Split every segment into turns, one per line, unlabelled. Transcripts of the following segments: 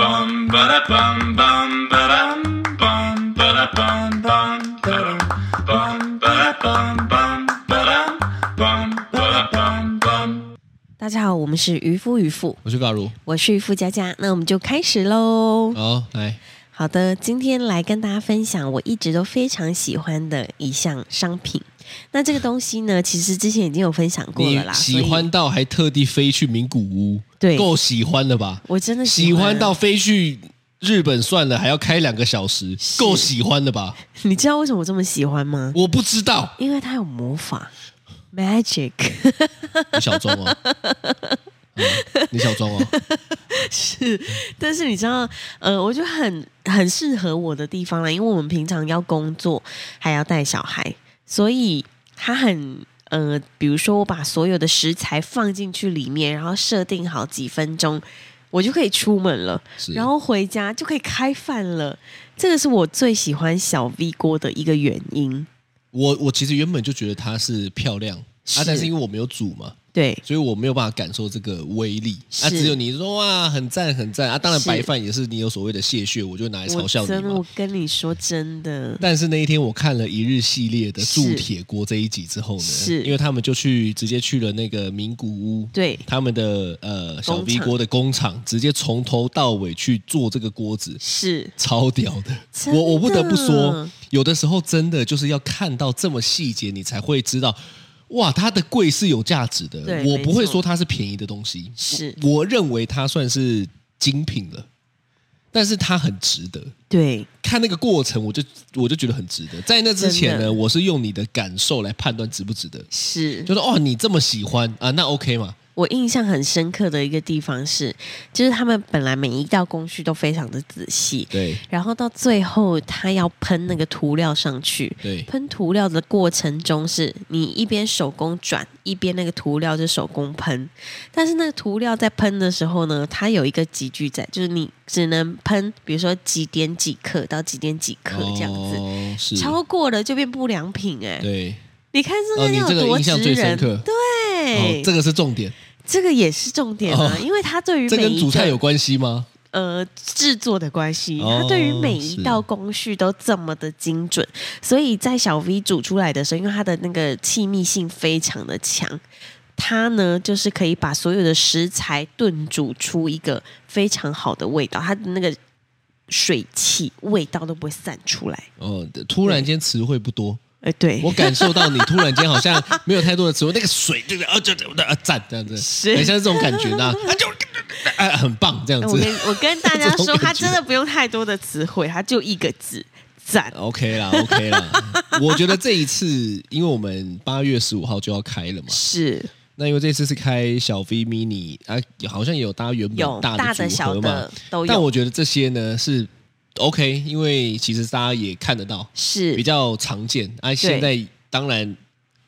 bum ba da bum bum ba dum bum ba da bum bum ba dum bum ba da bum bum ba dum bum ba da bum bum.
大家好，我们是渔夫渔妇，
我是嘎如，
我是渔夫佳佳，那我们就开始喽。
好来，
好的，今天来跟大家分享我一直都非常喜欢的一项商品。那这个东西呢，其实之前已经有分享过
你
了啦。
喜
所以
欢到还特地飞去名古屋，
对
够喜欢了吧？
我真的
喜
欢
欢到飞去日本算了，还要开两个小时，够喜欢了吧？
你知道为什么我这么喜欢吗？
我不知道，
因为它有魔法，magic。
你小装 哦，嗯你小装哦，
但是你知道，呃，我觉得很很适合我的地方啦，因为我们平常要工作，还要带小孩，所以它很呃，比如说我把所有的食材放进去里面，然后设定好几分钟，我就可以出门了，
是
然后回家就可以开饭了。这个是我最喜欢小 V 锅的一个原因。
我我其实原本就觉得它是漂亮啊
是，
但是因为我没有煮嘛，
对，
所以我没有办法感受这个威力啊。
是
只有你说哇，很赞很赞啊！当然
是
白饭也是你有所谓的谢穴，我就拿来嘲
我
笑你
真的，
嘛
我。跟你说真的，
但是那一天我看了一日系列的
是
铸铁锅这一集之后呢，
是
因为他们就去直接去了那个名古屋，
对
他们的呃小
工
B
厂
锅的工厂，直接从头到尾去做这个锅子，
是
超屌的。
真的
我我不得不说，有的时候真的就是要看到这么细节，你才会知道，哇，它的贵是有价值的
对。
我不会
没错
说它是便宜的东西，
是
我我认为它算是精品了，但是它很值得。
对，
看那个过程，我就我就觉得很值得。在那之前
真的
呢，我是用你的感受来判断值不值得，
是
就是哦，你这么喜欢啊，那 OK 嘛？
我印象很深刻的一个地方是，就是他们本来每一道工序都非常的仔细，
对
然后到最后他要喷那个涂料上去。
对，
喷涂料的过程中是你一边手工转，一边那个涂料就手工喷。但是那个涂料在喷的时候呢，它有一个集聚在，就是你只能喷，比如说几点几克到几点几克这样子，
哦、是
超过了就变不良品哎、
对
你看这
哦，
个
你
要
这
有
个
多
印象
直
最深
人，
刻，
对、
哦，这个是重点，
这个也是重点啊，
哦
因为它对于
这
每
跟
一
主菜
个
有关系吗？
呃制作的关系，
哦
它对于每一
是
道工序都这么的精准，所以在小 V 煮出来的时候，因为它的那个气密性非常的强。它呢，就是可以把所有的食材炖煮出一个非常好的味道，它的那个水汽味道都不会散出来。
哦，突然间词汇不多，
呃，对，
我感受到你突然间好像没有太多的词汇，那个水就是啊，就啊赞这样子，
是
很像这种感觉呢，啊就啊很棒这样
呃我
子
跟我跟大家
这种
说，
感
它
觉
真的不用太多的词汇，它就一个字赞。
，OK 啦 OK 啦，我觉得这一次，因为我们八月十五号就要开了嘛，
是
那因为这次是开小 V mini 啊，好像也有搭原
有大
本的
的、
组
小
合嘛
的，都
但
有，
我觉得这些呢是 OK，因为其实大家也看得到，
是
比较常见。啊，现在当然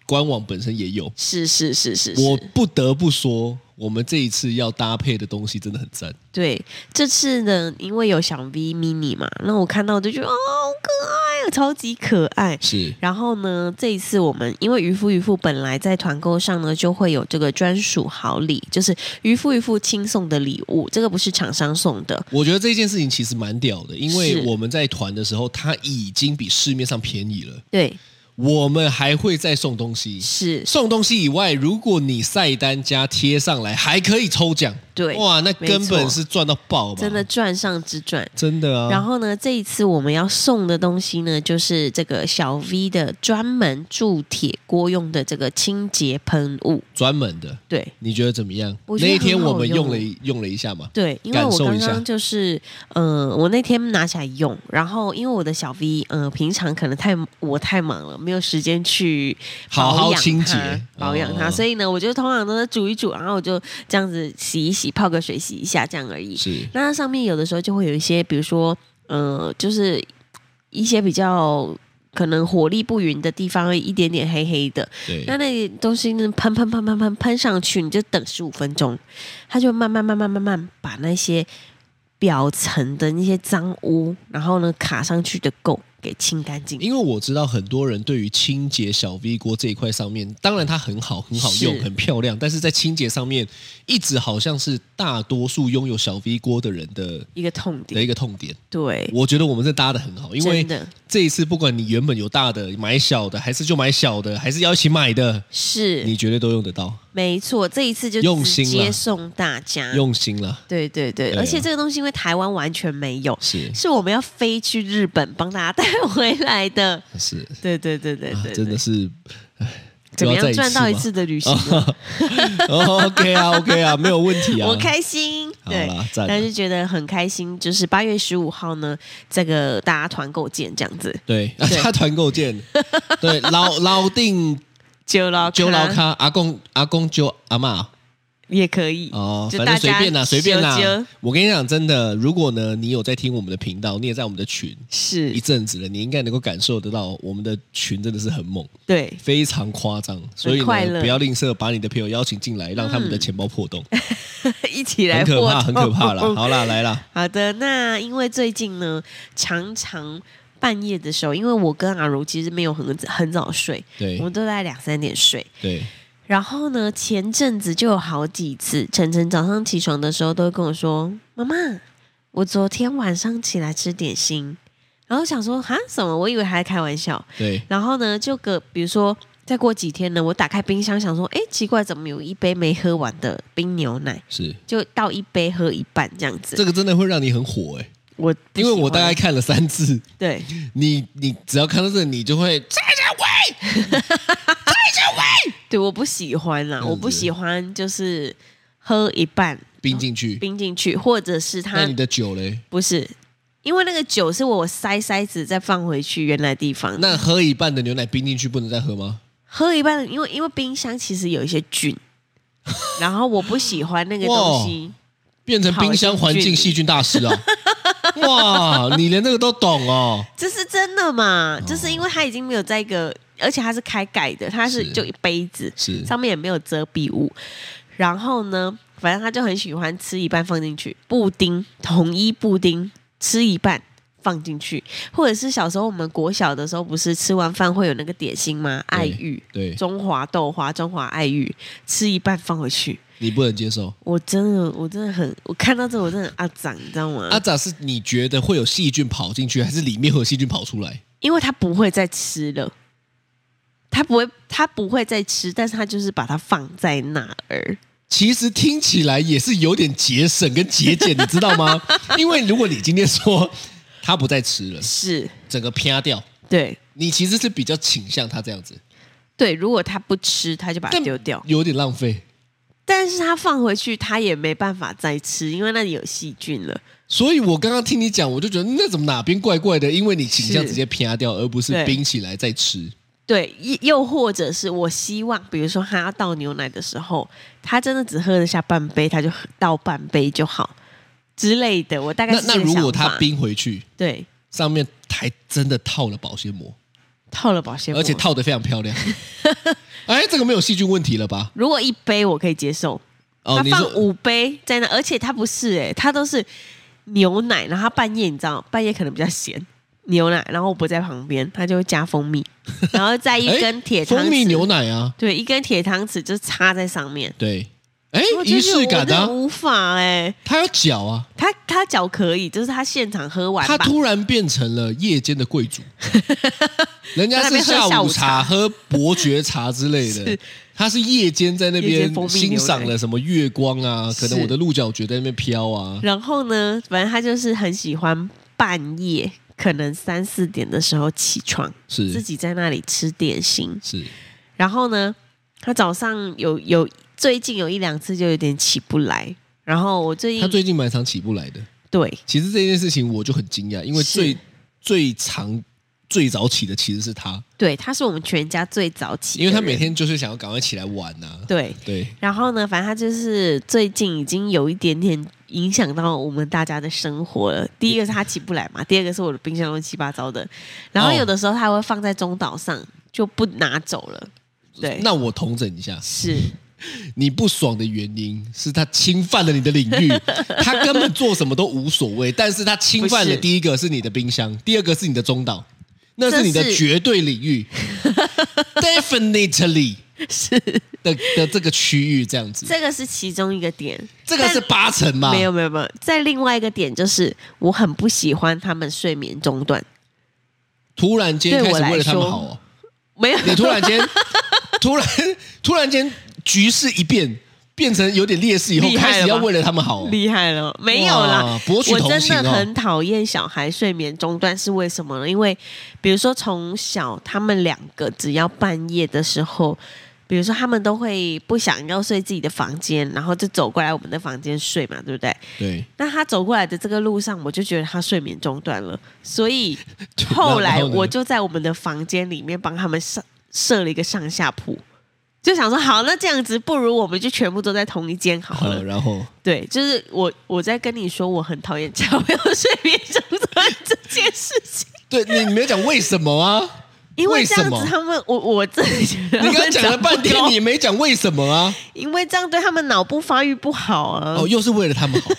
官网本身也有。
是是是是，
我
是
不得不说，我们这一次要搭配的东西真的很赞。
对这次呢，因为有小 V mini 嘛，那我看到我就觉得哦，好可爱啊，超级可爱。
是
然后呢，这一次我们因为渔夫渔夫本来在团购上呢就会有这个专属好礼，就是渔夫渔夫亲送的礼物，这个不是厂商送的，
我觉得这件事情其实蛮屌的，因为
是
我们在团的时候，它已经比市面上便宜了。
对，
我们还会再送东西，
是
送东西以外，如果你晒单加贴上来，还可以抽奖。
对
哇，那
没
根本
错
是赚到爆吧！
真的赚上之赚。
真的啊。
然后呢，这一次我们要送的东西呢，就是这个小 V 的专门铸铁锅用的这个清洁喷雾。
专门的，
对，
你觉得怎么样？
我觉
那
得
一天
很好
我们用了
用
一用了一下嘛，
对，因为
感
我
受
刚
一下
刚就是，嗯、我那天拿起来用，然后因为我的小 V，嗯、平常可能太我太忙了，没有时间去
好好
保养
清
它
洁
保养它，
哦
所以呢，我就通常都是煮一煮，然后我就这样子洗一洗，泡个水洗一下这样而已。
是
那上面有的时候就会有一些，比如说，呃，就是一些比较可能火力不匀的地方，一点点黑黑的，
对
那那个东西呢，喷喷喷喷喷喷上去，你就等十五分钟，它就慢慢慢慢慢慢把那些表层的那些脏污，然后呢卡上去的垢给清干净。
因为我知道很多人对于清洁小 V 锅这一块上面，当然它很好，很好用，
是
很漂亮，但是在清洁上面，一直好像是大多数拥有小 V 锅的人的
一个痛
的一
点，
个痛点。
对，
我觉得我们这搭的很好，因为
真的
这一次不管你原本有大的买小的，还是就买小的，还是要一起买的，
是
你绝对都用得到，
没错。这一次就
用
直
心
接
了
送大家，
用心了，
对对对，
对啊
而且这个东西因为台湾完全没有，
是
是我们要飞去日本帮大家带回来的。
是
对对对对
啊
对，，
真的是。唉
怎么
又要再
样赚到一
吗
次的旅 行呢？
哦 OK 啊，OK 啊，没有问题啊。
我开心，
好
对
啦，赞啦啊
但是觉得很开心，就是八月十五号呢，这个大家团购见这样子，
对，他团购件，对， 老老定
就捞
揪老咖，阿公阿公揪阿妈
也可以
哦，
就
反
大
正随
家
便啦，随便
揪揪
啦。我跟你讲，真的，如果呢你有在听我们的频道，你也在我们的群一
是，
阵子了，你应该能够感受得到，我们的群真的是很猛，
对，
非常夸张。所以
快乐
呢，不要吝啬，把你的朋友邀请进来，让他们的钱包破洞，
一起 来
很可怕，
活
很
动
可怕啦。好啦，来啦，
好的，那因为最近呢，常常半夜的时候，因为我跟阿如其实没有很很早睡，
对
我们都在两三点睡。
对，
然后呢，前阵子就有好几次，晨晨早上起床的时候都会跟我说：“妈妈，我昨天晚上起来吃点心。”然后想说：“哈什么？我以为还在开玩笑。”
对，
然后呢，就个比如说，再过几天呢，我打开冰箱想说：“哎，奇怪，怎么有一杯没喝完的冰牛奶？
是
就倒一杯喝一半这样子。
这个真的会让你很火哎、
我不
因为
喜
我大概
欢
看了三次。
对
你你只要看到这，你就会
对，我不喜欢啦，
样
我不
子
喜欢就是喝一半
冰进去。
冰进去，或者是
那
它
你的酒嘞？
不是，因为那个酒是我塞塞子再放回去原来地方。
那喝一半的牛奶冰进去不能再喝吗？
喝一半，因为因为冰箱其实有一些菌，然后我不喜欢那个东西。
变成冰箱环境细菌大师 啊！哇，你连这个都懂哦！
这是真的嘛？就是因为它已经没有在一个，而且它是开盖的，它是
是
就一杯子，
是
上面也没有遮蔽物。然后呢，反正他就很喜欢吃一半放进去，布丁统一布丁吃一半放进去，或者是小时候我们国小的时候，不是吃完饭会有那个点心吗？爱玉、
对
中华豆花、中华爱玉，吃一半放回去。
你不能接受。
我真的，我真的很，我看到这我真的很阿长，你知道吗？
阿咋是你觉得会有细菌跑进去，还是里面会有细菌跑出来？
因为他不会再吃了，他不会，他不会再吃，但是他就是把它放在那儿。
其实听起来也是有点节省跟节俭，你知道 吗？因为如果你今天说他不再吃了，
是，
整个啪掉，
对，
你其实是比较倾向他这样子，
对，如果他不吃，他就把它丢掉。
有点浪费。
但是他放回去，他也没办法再吃，因为那里有细菌了。
所以我刚刚听你讲，我就觉得那怎么哪边怪怪的？因为你倾向
是
直接啪掉，而不是
对
冰起来再吃。
对，又又或者是我希望，比如说他要倒牛奶的时候，他真的只喝得下半杯，他就喝倒半杯就好之类的。我大概
那
是
那
这个
如果
想
它
法
冰回去，
对
上面还真的套了保鲜膜，
套了保鲜膜，
而且套的非常漂 亮。哎，这个没有细菌问题了吧？
如果一杯我可以接受，
哦，
他
你
放
说
五杯在那，而且他不是哎、欸，他都是牛奶，然后他半夜你知道，半夜可能比较咸。牛奶，然后我不在旁边，他就会加蜂 蜜，然后再一
哎
根铁汤匙，
蜂蜜牛奶啊？
对，一根铁汤匙就插在上面，
对，哎
我，觉得
仪式
哦
感
我真
啊
的，无法哎、
它要搅啊，
他他脚可以，就是他现场喝完
它
吧，
突然变成了夜间的贵族， 人家是
在那边喝下
下
午
午
茶
茶、喝伯爵茶之类的
是，
他是夜间在那
夜
边
间蜂蜜牛奶
欣赏了什么月光啊，可能
是
我的鹿角蕨在那边飘啊，
然后呢，反正他就是很喜欢半夜，可能三四点的时候起床，自
是
己在那里吃点心，
是，
然后呢，他早上有有最近有一两次就有点起不来，然后我最
他
近
最近蛮常起不来的。
对
其实这件事情我就很惊讶，因为
是
最最常最早起的其实是他，
对，他是我们全家最早起的
因
人，
为他每天就是想要赶快起来玩呐、啊。
对。
对，
然后呢，反正他就是最近已经有一点点影响到我们大家的生活了。第一个是他起不来嘛，第二个是我的冰箱乱七八糟的，然后
哦
有的时候他还会放在中岛上就不拿走了。对，
那我同整一下，
是
你不爽的原因是他侵犯了你的领 域，他根本做什么都无所谓，但是他侵犯
不
了
是
第一个是你的冰箱，第二个是你的中岛，那是你的
这是
绝对领域，definitely
是
的的这个区域这样子，
这个是其中一个点。
这个是八成嘛？
没有没有没有，在另外一个点就是，我很不喜欢他们睡眠中断。
突然间
对
开
我
始
来
为了他们
说
好哦，
没有，
你突然间 突然突然间局势一变，变成有点劣势以后，
厉害了
开始要
吧
为了他们好哦，
厉害了，没有啦
哇，博取
我
同
真
情
的
哦
很讨厌小孩睡眠中断是为什么呢？因为比如说从小他们两个只要半夜的时候，比如说他们都会不想要睡自己的房间，然后就走过来我们的房间睡嘛，对不对？
对。
那他走过来的这个路上，我就觉得他睡眠中断了，所 以
然后
后来
然后呢
我就在我们的房间里面帮他们上设了一个上下铺，就想说好，那这样子不如我们就全部都在同一间好了
好，。然后
对，就是我我在跟你说，我很讨厌小朋友睡眠中断这件事情，
对你你没有讲为什么啊？
因为
为
这
什
样子
么
他们，我我自己觉得
你刚刚讲了半
他们长
天，
不高
你也没讲为什 么啊？
因为这样对他们脑部发育不好啊，
哦，又是为了他 们好。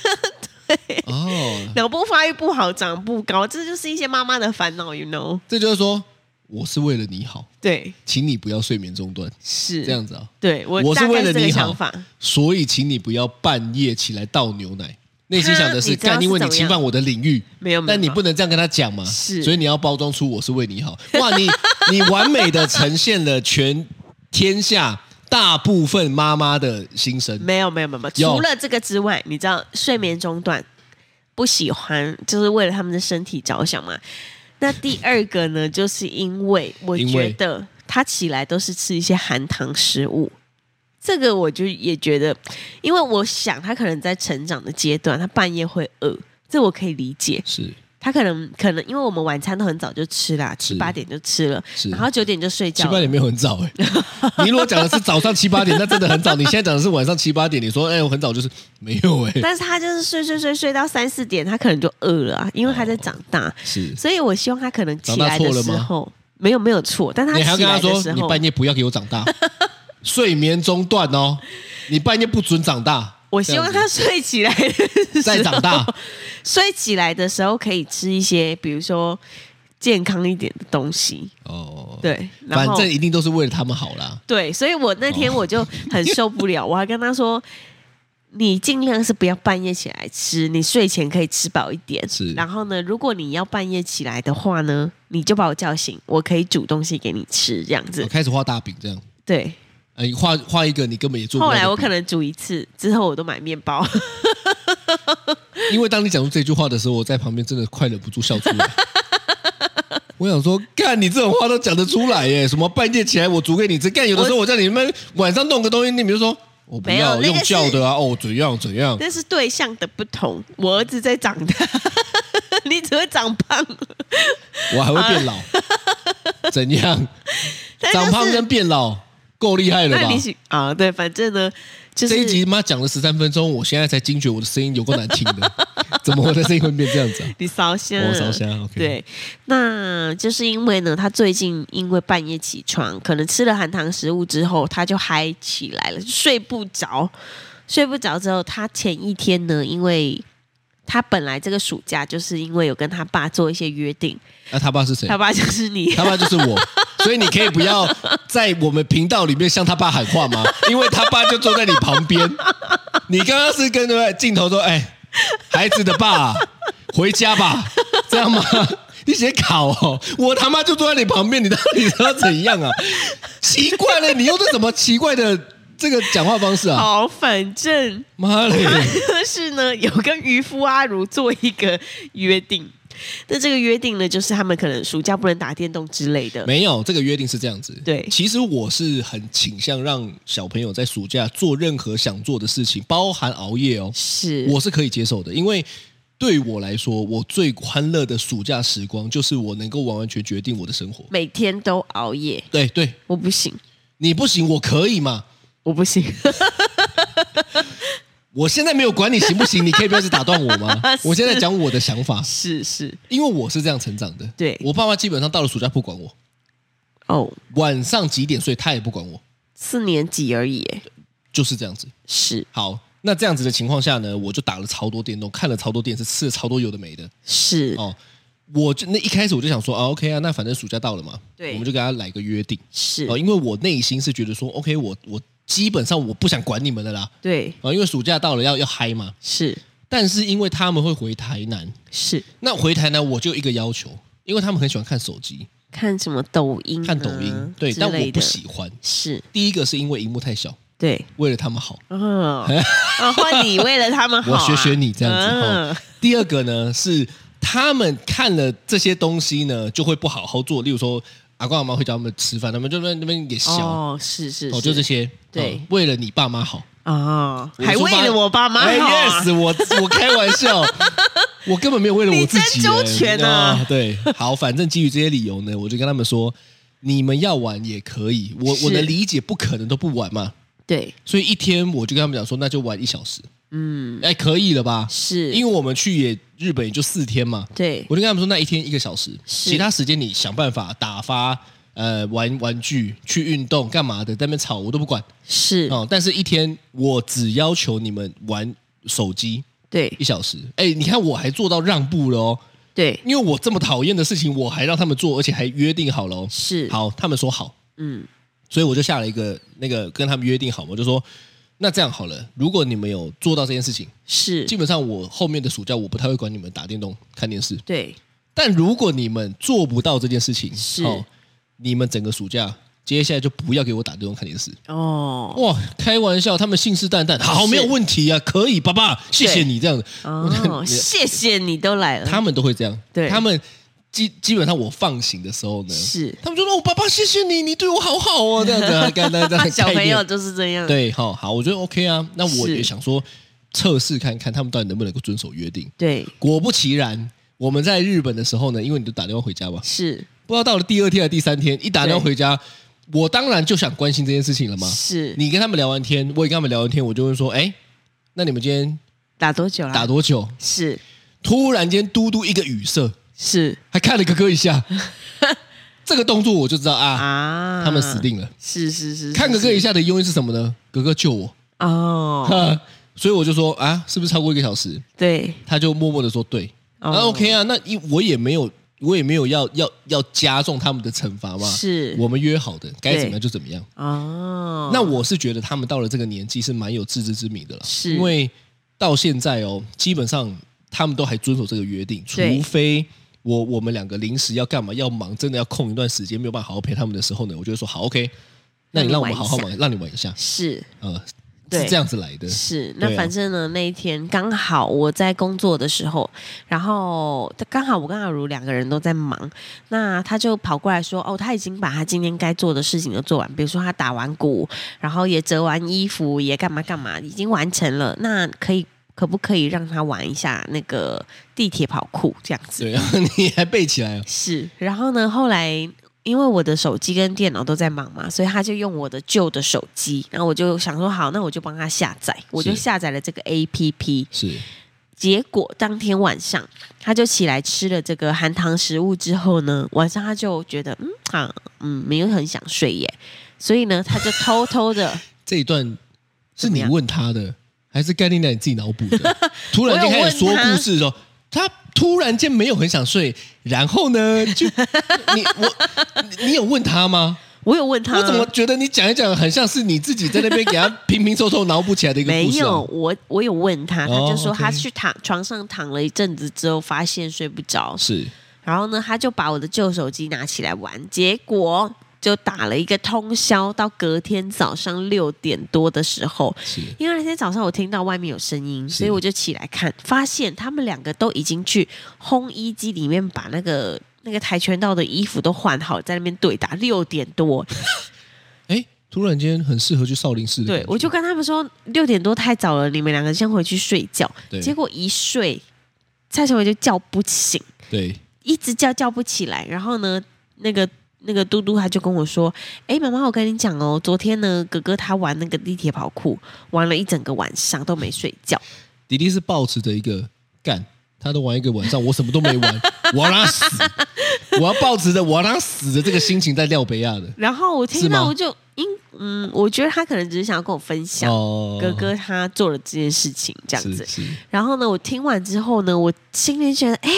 哦，
脑部发育不好，长不高，这就是一些妈妈的烦恼，you know？
这就是说，我是为了你好，
对，
请你不要睡眠中断，
是
这样子啊。
对我
我
大
是为
概
了
是这
你
个
好
想法，
所以请你不要半夜起来倒牛奶。内心想的
他
是，
你知道
干，因为
是
你
怎么
侵犯我的领域，
没有没有
但你不能这样跟他讲嘛，
是
所以你要包装出我是为你好。哇，你你完美的呈现了全天下大部分妈妈的心声。
没有没有没有没有，
有
除了这个之外，你知道睡眠中断不喜欢，就是为了他们的身体着想嘛。那第二个呢，就是因为我
因
觉
为
得他起来都是吃一些含糖食物，这个我就也觉得，因为我想他可能在成长的阶段，他半夜会饿，这我可以理解。
是
他可能可能因为我们晚餐都很早就吃啦，七
是
八点就吃了，
是
然后九点就睡觉
七
了，
八点没有很早哎、你如果讲的是早上七八点，那真的很早。你现在讲的是晚上七八点，你说哎、我很早就是没有哎、
但是他就是睡睡睡睡到三四点，他可能就饿了、啊，因为他在长大，
是
所以我希望他可能起
哦长大
来的
错了
时
吗
候没有没有错，但他
你还要
起
跟他
来的
说
时
你
候，
半夜不要给我长大，睡眠中断哦，你半夜不准长大。
我希望他睡起来的时候
再 长大，
睡起来的时候可以吃一些，比如说健康一点的东西，
哦，
对，然
反
后
正一定都是为了他们好啦。
对，所以我那天
哦
我就很受不了，我还跟他说。你尽量是不要半夜起来吃，你睡前可以吃饱一点。
是
然后呢，如果你要半夜起来的话呢，你就把我叫醒，我可以煮东西给你吃，这样
我
子。
开始画大饼这样，
对，
哎，画画一个你根本也做不到
后
的饼。
来我可能煮一次之后，我都买面
哦
包。
因为当你讲出这句话的时候，我在旁边真的快忍不住笑出来。我想说，干你这种话都讲得出来耶？什么半夜起来我煮给你吃？干有的时候我叫你们晚上弄个东西，你们就说我不
没有
要
那个
用
是
叫的啊，哦怎样怎样？
但是对象的不同，我儿子在长大， 你只会长胖。
我还会变老，怎样？
啊但就是
长胖跟变老够厉害了
那
吧
你？喜啊？对，反正呢，就是
这一集妈讲了十三分钟，我现在才惊觉我的声音有够难听的，怎么我的声音会变这样子啊？
你烧香，
我烧香，OK
对，那就是因为呢，他最近因为半夜起床，可能吃了含糖食物之后，他就嗨起来了，就睡不着。睡不着之后，他前一天呢，因为他本来这个暑假就是因为有跟他爸做一些约定，
那他爸是谁
他？爸就是你，
他爸就是我，所以你可以不要在我们频道里面向他爸喊话吗？因为他爸就坐在你旁边。你刚刚是跟着镜头说：“哎，孩子的爸，回家吧。”这样吗？你写考哦，我他妈就坐在你旁边，你到底是要怎样啊？奇怪了，你用这什么奇怪的这个讲话方式啊？
好，反正
妈嘞！
他就是呢有跟渔夫阿如做一个约定。那这个约定呢，就是他们可能暑假不能打电动之类的。
没有，这个约定是这样子。
对
其实我是很倾向让小朋友在暑假做任何想做的事情，包含熬夜哦。
是，
我是可以接受的，因为对我来说，我最欢乐的暑假时光就是我能够完完全决定我的生活。
每天都熬夜，
对对，
我不行，
你不行，我可以嘛？
我不行。
我现在没有管你行不行，你可以不要一直打断我吗
？是
我现在讲我的想法，
是是，
因为我是这样成长的。
对
我爸妈基本上到了暑假不管我，
哦，
晚上几点睡他也不管我，
四年级而已耶，
就是这样子。
是
好，那这样子的情况下呢，我就打了超多电动，看了超多电视，吃了超多有的没的
是，
哦。我就那一开始我就想说啊，OK 啊，那反正暑假到了嘛，
对
我们就给他来个约定
是
啊、因为我内心是觉得说，OK，我我基本上我不想管你们的啦
对，
啊、因为暑假到了要要嗨嘛，
是
但是因为他们会回台南，
是
那回台南我就有一个要求，因为他们很喜欢看手机、
看什么抖音啊、
看抖音，对，
之
但
类
我
的
不喜欢。
是
第一个是因为荧幕太小，
对，
为了他们好，
嗯，啊，换你为了他们好啊、
我学学你这样子哦
嗯
哈。第二个呢是他们看了这些东西呢，就会不好好做。例如说，阿公阿妈会叫他们吃饭，他们就在那边也笑，哦，
哦，是是是，
就这些。
对
嗯为了你爸妈好，
哦，还
出发
为了我爸妈好、
哎
啊
yes，我我开玩笑，我根本没有为了我自己、
你真周全啊
哎对，好，反正基于这些理由呢，我就跟他们说，你们要玩也可以，我
是
我能理解，不可能都不玩嘛。
对，
所以一天我就跟他们讲说，那就玩一小时，
嗯，
哎，可以了吧？
是，
因
为
为我们去也日本也就四天嘛，
对
我就跟他们说，那一天一个小时，
是
其他时间你想办法打发。呃，玩玩具、去运动、干嘛的，在那边吵我都不管
是，
哦。但是一天我只要求你们玩手机
对
一小时。哎，你看我还做到让步了哦，
对
因为我这么讨厌的事情，我还让他们做，而且还约定好了哦。
是，，
好，他们说好，
嗯，
所以我就下了一个那个跟他们约定好嘛，我就说那这样好了，如果你们有做到这件事情，
是
基，本上我后面的暑假我不太会管你们打电动、看电视。
对
但如果你们做不到这件事情，
是
哦，你们整个暑假接下来就不要给我打电动、看电视。
哦，
哇，开玩笑，他们信誓旦旦，好，
是
没有问题啊，可以，爸爸，谢谢
对
你这样子。
哦，谢谢你都来了，
他们都会这样，
对
他们基基本上我放行的时候呢，
是
他们就说：“哦，爸爸，谢谢你，你对我好好哦。”这样子 啊，干那这样
小朋友
概念
就是这样，
对，好好，我觉得 OK 啊。那我
是
也想说测试看看他们到底能不能够遵守约定。
对
果不其然，我们在日本的时候呢，因为你就打电话回家嘛，
是
不知道到了第二天还是第三天，一打电话
对
回家，我当然就想关心这件事情了嘛。
是，
啊你跟他们聊完天，我也跟他们聊完天，我就问说：“哎，那你们今天
打多久了？
打多久？”
是
突然间，嘟嘟一个语塞。
是
还看了哥哥 一下，这个动作我就知道啊，
啊，
他们死，定了。
是是是，
看哥哥一
是
下的用意是什么呢？哥哥救我，
哦，
哈， 所以我就说啊，是不是超过一个小时？
对，
他就默默的说对，
哦
啊 OK 啊，那一我也没有，我也没有要要要加重他们的惩罚嘛，
是
我们约好的，该怎么样就怎么样。
哦，
那我是觉得他们到了这个年纪是蛮有自知之明的了，
是
因为到现在哦，基本上他们都还遵守这个约定，除
对
非我我们两个临时要干嘛要忙，真的要空一段时间没有办法好好陪他们的时候呢，我就会说好 OK，那你让我们好好玩，让你玩一下，
是
呃，
对
是这样子来的，
是，
对
那
啊
反正呢，那一天刚好我在工作的时候，然后刚好我跟阿如两个人都在忙，那他就跑过来说：“哦，他已经把他今天该做的事情都做完，比如说他打完鼓，然后也折完衣服，也干嘛干嘛，已经完成了。那可以可不可以让他玩一下那个地铁跑酷这样子？”
对， 然后你还背起来了，啊
是，然后呢，后来。因为我的手机跟电脑都在忙嘛，所以他就用我的旧的手机，然后我就想说好，那我就帮他下载，我就是下载了这个 A P P。
是
结果当天晚上，他就起来吃了这个含糖食物之后呢，晚上他就觉得嗯啊嗯没有很想睡耶，所以呢，他就偷偷 的
这一段是
怎么
你
样
问他的，还是概念奶你自己脑补的？ 突然间开始说故事的时候，他突然间没有很想睡，然后呢， 就你我你你有问他吗？
我有问他，
我怎么觉得你讲一讲，很像是你自己在那边给他拼拼凑凑脑补起来的一个
没
故事、啊？
有，我我有问他，他就
哦
说他
，OK
去躺床上躺了一阵子之后，发现睡不着，
是
然后呢，他就把我的旧手机拿起来玩，结果就打了一个通宵，到隔天早上六点多的时候。
是
因为那天早上我听到外面有声音，所以我就起来看，发现他们两个都已经去烘衣机里面把那个那个跆拳道的衣服都换好，在那边对打。六点多，
哎，突然间很适合去少林寺的感
对
觉。
我就跟他们说六点多太早了，你们两个先回去睡觉。
对
结果一睡，蔡小伟就叫不醒。
对
一直叫叫不起来。然后呢，那个那个嘟嘟他就跟我说：“哎，妈妈，我跟你讲哦，昨天呢，哥哥他玩那个地铁跑酷，玩了一整个晚上都没睡觉。
迪迪是抱持着一个干，他都玩一个晚上，我什么都没玩，我要让他死，我要抱持着我要让他死的这个心情在廖北亚的。
然后我听
是吗
到我就因嗯，我觉得他可能只是想要跟我分享。
哦
哥哥他做了这件事情，这样子。
是是
然后呢，我听完之后呢，我心里觉得，哎、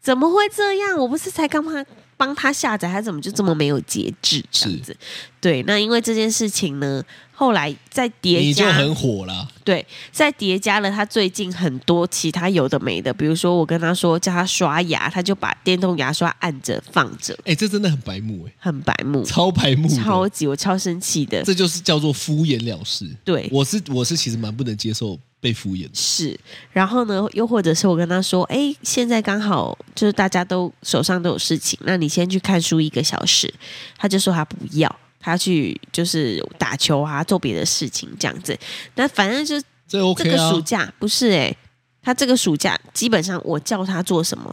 怎么会这样？我不是才刚帮他帮他下载，他怎么就这么没有节制？这样子，对。那因为这件事情呢，后来再叠
你就
加，
很火了。
对，再叠加了他最近很多其他有的没的，比如说我跟他说叫他刷牙，他就把电动牙刷按着放着，
哎、这真的很白目哎、
很白目，
超白目的，
超级我超生气的。
这就是叫做敷衍了事。
对
我是我是其实蛮不能接受被敷衍的。
是，然后呢，又或者是我跟他说，哎，现在刚好就是大家都手上都有事情，那你先去看书一个小时，他就说他不要，他去就是打球啊，做别的事情这样子。那反正就
这 OK
这个
啊
暑，假、不是哎、他这个暑假基本上我叫他做什么，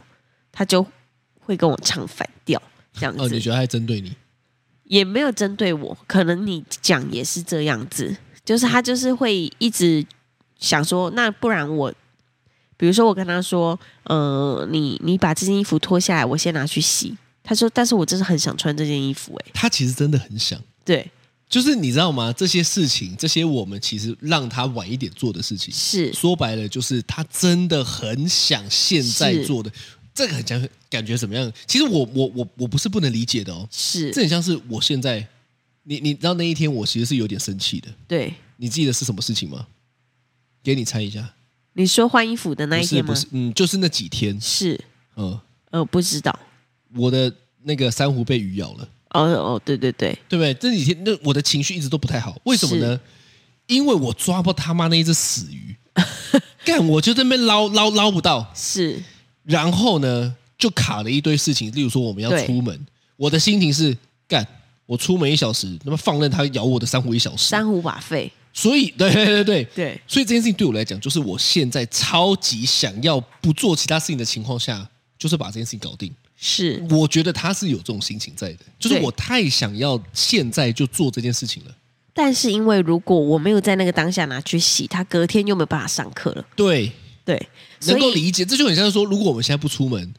他就会跟我唱反调这样
哦，你
子，
觉得他在针对你？
也没有针对我，可能你讲也是这样子，就是他就是会一直想说，那不然我，比如说我跟他说，呃，你你把这件衣服脱下来，我先拿去洗。他说，但是我真的很想穿这件衣服、欸，哎，
他其实真的很想，
对，
就是你知道吗？这些事情，这些我们其实让他晚一点做的事情，
是
说白了就是他真的很想现在做的。这个很像感觉怎么样？其实我我我我不是不能理解的哦，这
是，
很像是我现在，你你知道那一天我其实是有点生气的。
对，
你记得是什么事情吗？给你猜一下，
你说换衣服的那
不
一
是
天吗
不？是，嗯，就是那几天，
是，
嗯，
呃，不知道，
我的那个珊瑚被鱼咬了，
哦哦，对对对，
对不对？这几天那我的情绪一直都不太好，为什么呢？因为我抓不他妈那一只死鱼， 干我就在那边捞捞捞不到，
是
然后呢就卡了一堆事情，例如说我们要
对
出门，我的心情是干。我出门一小时，那么放任它咬我的珊瑚一小时，
珊瑚瓦费，
所以对对对对，
对，
所以这件事情对我来讲，就是我现在超级想要不做其他事情的情况下，就是把这件事情搞定。
是
我觉得他是有这种心情在的，就是
对
我太想要现在就做这件事情了。
但是因为如果我没有在那个当下拿去洗，他隔天又没有办法上课了。
对，
对，
能
所
够
以
理解，这就很像说，如果我们现在不出门，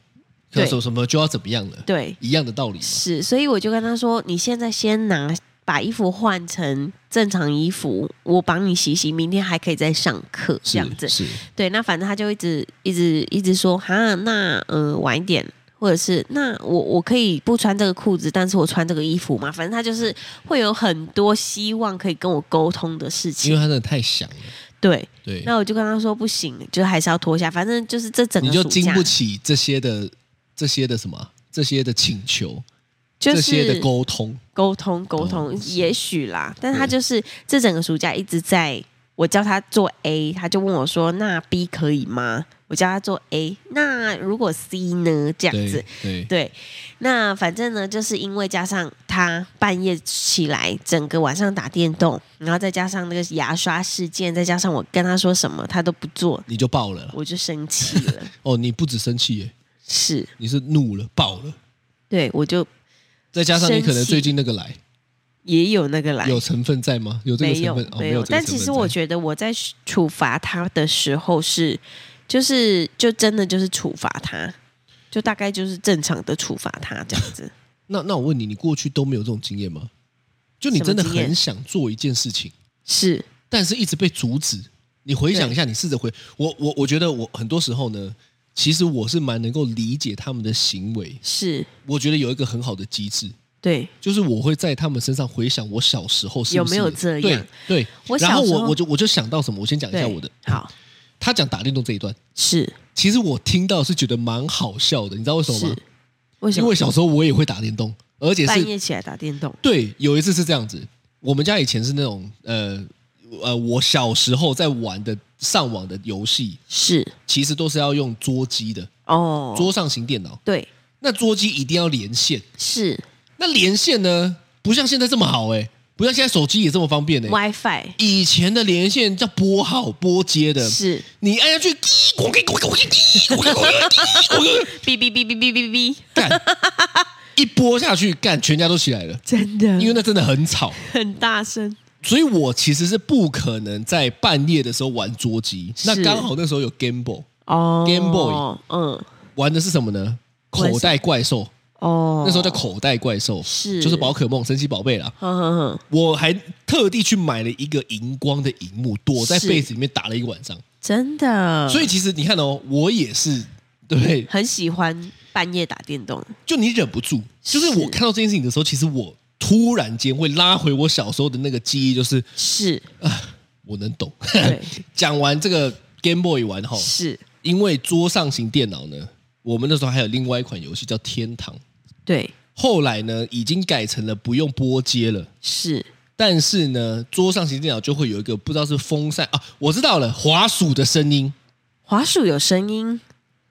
可
对
能什么什么就要怎么样了，
对
一样的道理。
是，所以我就跟他说，你现在先拿把衣服换成正常衣服，我帮你洗洗，明天还可以再上课
是
这样子。
是，
对，那反正他就一直一直一直说，哈，那呃晚一点。或者是那我我可以不穿这个裤子，但是我穿这个衣服嘛，反正他就是会有很多希望可以跟我沟通的事
因
情
为。他真的太想了，
对，
对，
那我就跟他说不行，就还是要脱下，反正就是这整
你
个
就
暑
经
假
不起这些的这些的什么啊这些的请求，
就
这
是
些的沟通。
沟通沟通，
哦是
也许啦，但他
对
就是这整个暑假一直在我叫他做 A，他就问我说那 B 可以吗？我叫他做 A，那如果 C 呢？这样子
对。对，
对，那反正呢，就是因为加上他半夜起来，整个晚上打电动，然后再加上那个牙刷事件，再加上我跟他说什么他都不做，
你就爆了啦。
我就生气了。
哦，你不止生气耶，
是，
你是怒了、爆了，
对我就
再加上你可
生
能
气
最近那个来
也有那个来，
有成分在吗？有这个
没
成
有
分哦，
没
有
有。
这个
但
成分
其
在。
实我觉得我在处罚他的时候是，就是就真的就是处罚他，就大概就是正常的处罚他这样 子。
那那我问你，你过去都没有这种经验吗？就你
什么
真的
经验
很想做一件事情，
是
但是一直被阻止。你回想一下，你试着回我我我觉得我很多时候呢，其实我是蛮能够理解他们的行为。
是，
我觉得有一个很好的机制，
对，
就是我会在他们身上回想我小时候是不是
有没有这样
对对。
我
然
小
后
时候
我我就我就想到什么，我先讲一
对，
下我的。
好
他讲打电动这一段，
是
其实我听到是觉得蛮好笑的，你知道为什么吗
是？，为什
因
么
为小时候我也会打电动，而且
半
是
夜起来打电动？
对，有一次是这样子，我们家以前是那种呃呃，我小时候在玩的上网的游戏，
是
其实都是要用桌机的，
哦，
桌上型电脑。
对
那桌机一定要连线，
是
那连线呢，不像现在这么好哎、不像现在手机也这么方便哎、
WiFi
以前的连线叫拨号拨接的，
是
你按下去，滴，我给我给我给滴，我给我
哔
给滴，
哔哔哔哔哔哔，
干， 一拨下去，干，全家都起来了，
真的
因为那真的很吵。
很大声，
所以我其实是不可能在半夜的时候玩桌机。
是
那刚好那时候有 Game Boy，
哦
Game Boy
嗯，
玩的是什么呢？
玩什么
口袋怪兽，
哦，
那时候叫口袋怪兽，
是
就是宝可梦、神奇宝贝啦。
哼哼哼，
我还特地去买了一个荧光的荧幕，躲在
是
被子里面打了一个晚上。
真的，
所以其实你看哦，我也是对，
很喜欢半夜打电动。
就你忍不住，就是
是
我看到这件事情的时候，其实我突然间会拉回我小时候的那个记忆，就是
是
我能懂
对。
讲完这个 Game Boy 完后，
是，
因为桌上型电脑呢，我们那时候还有另外一款游戏叫《天堂》，
对，
后来呢已经改成了不用拨接了。
是
但是呢，桌上型电脑就会有一个不知道是风扇啊，我知道了，滑鼠的声音，
滑鼠有声音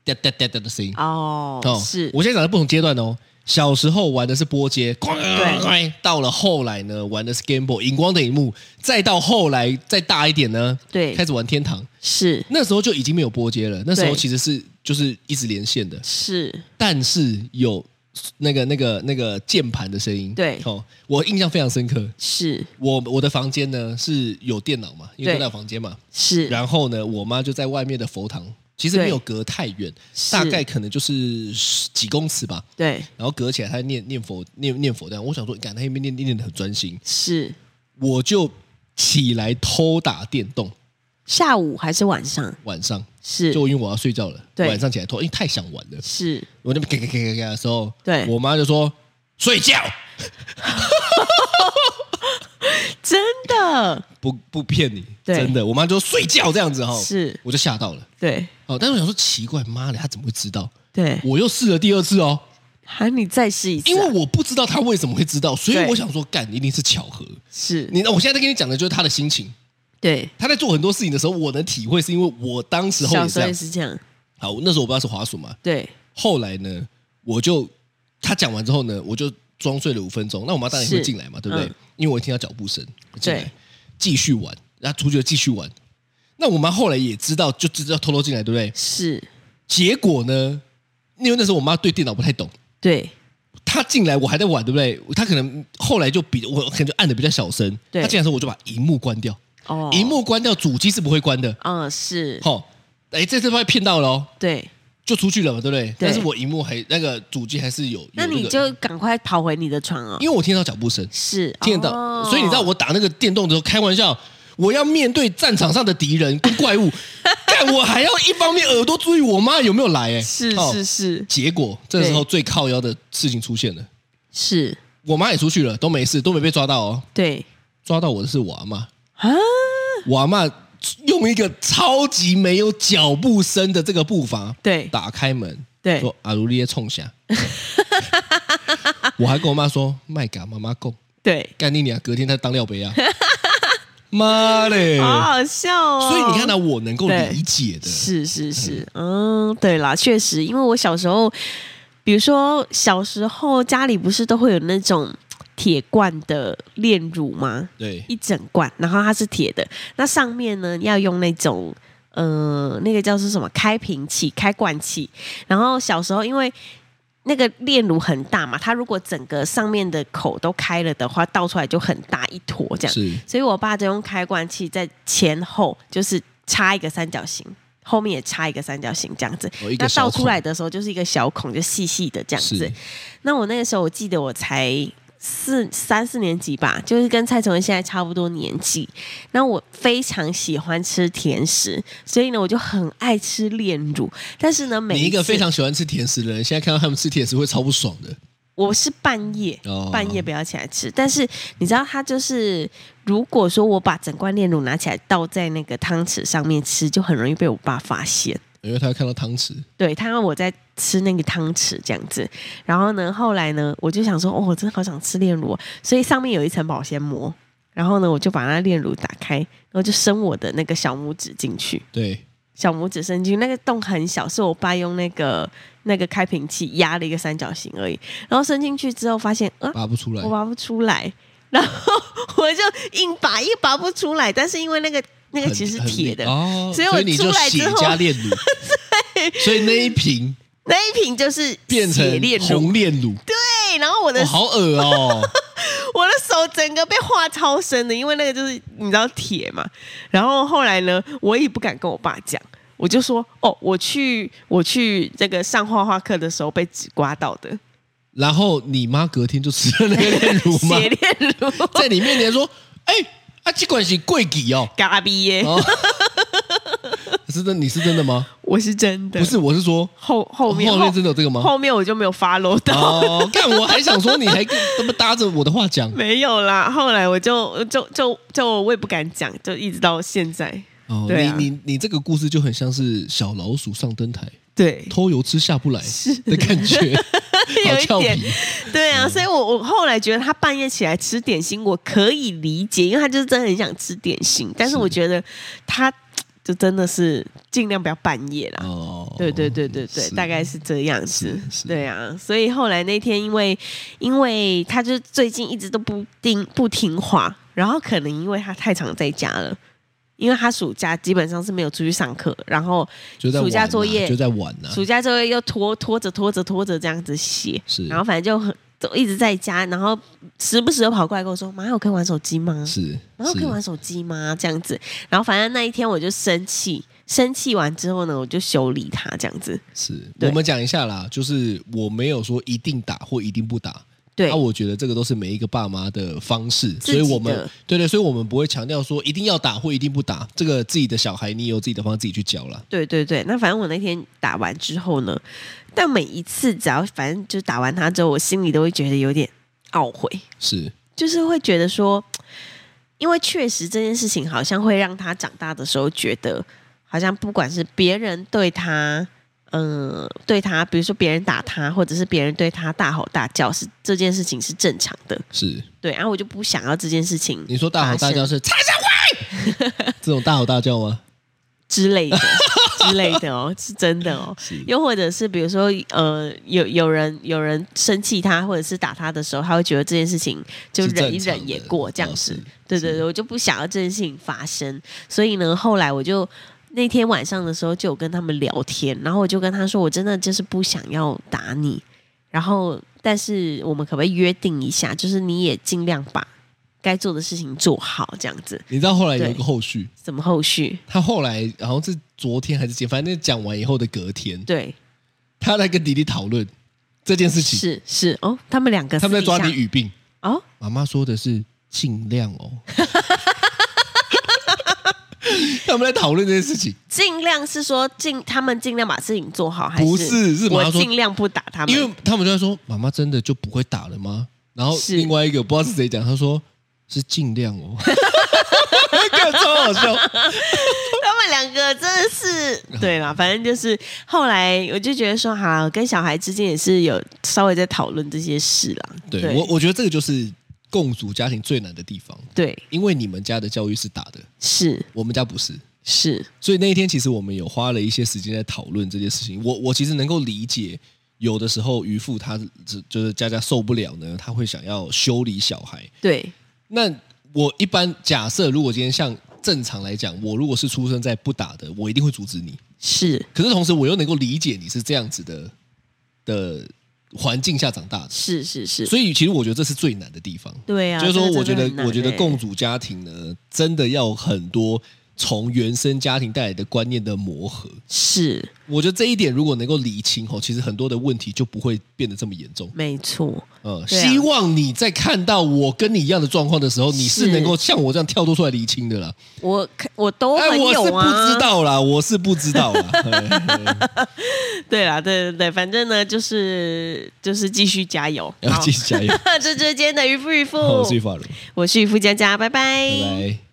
哒哒哒哒的声音。
哦，是
我现在讲的不同阶段哦。小时候玩的是波接，对，到了后来呢，玩的是 Game Boy 荧光的荧幕，再到后来再大一点呢，
对
开始玩天堂。
是
那时候就已经没有波接了，那时候
对
其实是就是一直连线的，
是，
但是有那个那个那个键盘的声音。
对
哦，我印象非常深刻。
是
我我的房间呢是有电脑嘛，因为
对
都在房间嘛，
是
然后呢，我妈就在外面的佛堂，其实
对
没有隔太远，
是
大概可能就是十几公尺吧。
对
然后隔起来，她念念佛，念念佛这样。我想说，赶她一边念念念的很专心，
是
我就起来偷打电动。
下午还是晚上？
晚上
是
就因为我要睡觉了，
对
晚上起来偷，因为太想玩了。
是
我那边嘎嘎嘎嘎嘎的时候，
对
我妈就说睡觉，
真的，
不不骗你，
对
真的，我妈就说睡觉这样子哈、
是
我就吓到了。
对
哦，但是我想说奇怪，妈的，她怎么会知道？
对，
我又试了第二次哦，
喊你再试一次啊，
因为我不知道他为什么会知道，所以
对
我想说，干一定是巧合。
是
你那我现在在跟你讲的就是他的心情，
对
他在做很多事情的时候，我能体会，是因为我当时候
小
也
时
这
候也
样。
是这样，
好，那时候我不知道是滑鼠嘛，
对
后来呢，我就他讲完之后呢，我就装睡了五分钟。那我妈当然也会
是
进来嘛，对不对？
嗯
因为我听到脚步声，我进来
对
继续玩，然后出去了继续玩。那我妈后来也知道，就知道偷偷进来，对不对？
是，
结果呢，因为那时候我妈对电脑不太懂，
对
他进来我还在玩，对不对？他可能后来就比我可能就按的比较小声，
对
他进来的时候我就把荧幕关掉，
哦，
荧幕关掉，主机是不会关的。
嗯是，
吼、哎，这次被骗到了哦，
对，
就出去了嘛，对不对？但是我荧幕还那个主机还是有，有
那
个
你就赶快跑回你的床哦，
因为我听到脚步声，
是
听得到，
哦
所以你知道我打那个电动的时候，开玩笑。我要面对战场上的敌人跟怪 物，但我还要一方面耳朵注意我妈有没有来、哎，
是
哦
是是
结果这时候
对
最靠腰的事情出现了，
是，
我妈也出去了，都没事，都没被抓到哦。
对
抓到我的是我阿妈，
啊，
我阿妈用一个超级没有脚步声的这个步伐，
对
打开门，
对
说阿如列冲下， 我还跟我妈说卖给妈妈供，
对，
干你娘！隔天她当料杯啊， 妈嘞！
好好笑哦，
嗯所以你看到我能够
对
理解的，
是是是，嗯，对啦，确实，因为我小时候，比如说小时候家里不是都会有那种铁罐的炼乳吗？
对
一整罐，然后它是铁的，那上面呢要用那种。呃，那个叫是什么开瓶器、开罐器。然后小时候因为那个炼乳很大嘛，它如果整个上面的口都开了的话，倒出来就很大一坨这样。
是
所以我爸就用开罐器在前后就是插一个三角形，后面也插一个三角形这样子。
哦一个
那
小
倒
孔
出来的时候就是一个小孔，就细细的这样子
是。
那我那个时候我记得我才四三四年级吧，就是跟蔡崇文现在差不多年纪。那我非常喜欢吃甜食，所以呢我就很爱吃炼乳。但是呢，每
你一个
次
非常喜欢吃甜食的人，现在看到他们吃甜食会超不爽的。
我是半夜、
哦
半夜不要起来吃，但是你知道，它就是如果说我把整罐炼乳拿起来倒在那个汤匙上面吃，就很容易被我爸发现。
因为他会看到汤匙，
对他让我在吃那个汤匙这样子，然后呢，后来呢，我就想说，哦，我真的好想吃炼乳哦，所以上面有一层保鲜膜，然后呢，我就把那炼乳打开，然后就伸我的那个小拇指进去，
对，
小拇指伸进去，那个洞很小，是我爸用那个那个开瓶器压了一个三角形而已，然后伸进去之后发现，啊，
拔不出来
我，拔不出来，然后 我就硬拔，也拔不出来。但是因为那个那个
很
其实是
很
铁的，
哦，
所以我
你
出
就
来
血
之后
加炼 乳，所以那一瓶
那一瓶就是
变成
铁炼乳。
红炼乳，
对，然后我的、
哦，好恶哦，
我的手整个被划超深的，因为那个就是你知道铁嘛。然后后来呢，我也不敢跟我爸讲。我就说哦，我去我去这个上画画课的时候被纸刮到的
然后你妈隔天就吃了那个炼乳吗
血？炼 乳，
在你面前说，哎、啊，这款是贵几哦，
嘎逼耶，
哦，是真，你是真的吗？
我是真的，
不是，我是 说
后后面
后面真的有这个吗
后面我就没有 follow 到。
哦，干，我还想说你还跟这么搭着我的话讲
没有啦，后来我就就就就我也不敢讲，就一直到现在。
哦，
对啊
你你你这个故事就很像是小老鼠上灯台
对，
偷油吃下不来的感 觉，好
有一
俏
点
皮，
对
嗯
啊，所以我我后来觉得他半夜起来吃点心，我可以理解，因为他就是真的很想吃点心。但是
是
我觉得他就真的是尽量不要半夜啦。
哦，
对对对对对，
是
大概是这样子
是。是
对啊，所以后来那天因为因为他就最近一直都不听不听话，然后可能因为他太常在家了。因为他暑假基本上是没有出去上课，然后
就在玩啊
暑假作业
就在啊玩呢，
暑假作业又拖拖着拖着拖着这样子写，
是
然后反正就很都一直在家，然后时不时就跑过来跟我说：“妈，我可以玩手机吗？
是
妈，我可以玩
是
手机吗？”这样子，然后反正那一天我就生气，生气完之后呢，我就修理他这样子。
是，
对
我们讲一下啦，就是我没有说一定打或一定不打，
对，
那、啊我觉得这个都是每一个爸妈的方式，
自
所
己
以
的
我们对对，所以我们不会强调说一定要打或一定不打，这个自己的小孩你有自己的方式自己去教啦。
对对对，那反正我那天打完之后呢，但每一次只要反正就打完他之后，我心里都会觉得有点懊悔，
是
就是会觉得说，因为确实这件事情好像会让他长大的时候觉得，好像不管是别人对他，嗯，对他，比如说别人打他，或者是别人对他大吼大叫，是这件事情是正常的，
是，
对，然后我就不想要这件事情
你说大吼大叫是蔡小慧这种大吼大叫吗？
之类 的之类的哦，是真的哦。又或者是比如说，呃，有有人有人生气他，或者是打他的时候，他会觉得这件事情 就是忍一
正常的
忍也过这样
哦
子。
是
对对对，我就不想要这件事情发生，所以呢，后来我就。那天晚上的时候，就有跟他们聊天，然后我就跟他说，我真的就是不想要打你，然后但是我们可不可以约定一下，就是你也尽量把该做的事情做好，这样子，
你知道后来有一
对
个后续，
怎么后续？
他后来好像是昨天还是前，反正讲完以后的隔天，
对，
他在跟弟弟讨论这件事情，
是是哦，他们两个
他们在
私底
抓
下
你语病。
哦，
妈妈说的是尽量哦。他们在讨论这件事情，
尽量是说尽他们尽量把事情做好，还
不是是妈妈
我
说
尽量不打他们，
因为他们就在说：“妈妈真的就不会打了吗？”然后
是
另外一个不知道是谁讲，他说：“是尽量哦。” 看超好笑，
他们两个真的 是对啦，反正就是后来我就觉得说，好跟小孩之间也是有稍微在讨论这些事啦。
对
对
我我觉得这个就是共组家庭最难的地方，
对，
因为你们家的教育是打的，
是
我们家不是，
是，
所以那一天其实我们有花了一些时间在讨论这件事情。我我其实能够理解，有的时候渔父他只就是佳佳受不了呢，他会想要修理小孩。
对
那我一般假设，如果今天像正常来讲，我如果是出生在不打的，我一定会阻止你。
是
可是同时，我又能够理解你是这样子的的环境下长大的，
是是是，
所以其实我觉得这是最难的地方。
对啊，
就是说，
这个
我觉
真的
得
很难
我觉得
欸
共主家庭呢，真的要很多从原生家庭带来的观念的磨合。
是
我觉得这一点如果能够理清吼，其实很多的问题就不会变得这么严重。
没错，
呃，
对啊
希望你在看到我跟你一样的状况的时候，你
是
是能够像我这样跳脱出来理清的啦。
我我都
哎，
很
我
有
是不
啊，
知道啦，我是不知道啦。 哎
对啦，对对对，反正呢，就是就是继续加油，
要
好 哦
继续加油。
这就是今天的渔夫渔夫，
我是玉发如，
我是渔夫佳佳，拜拜
拜拜。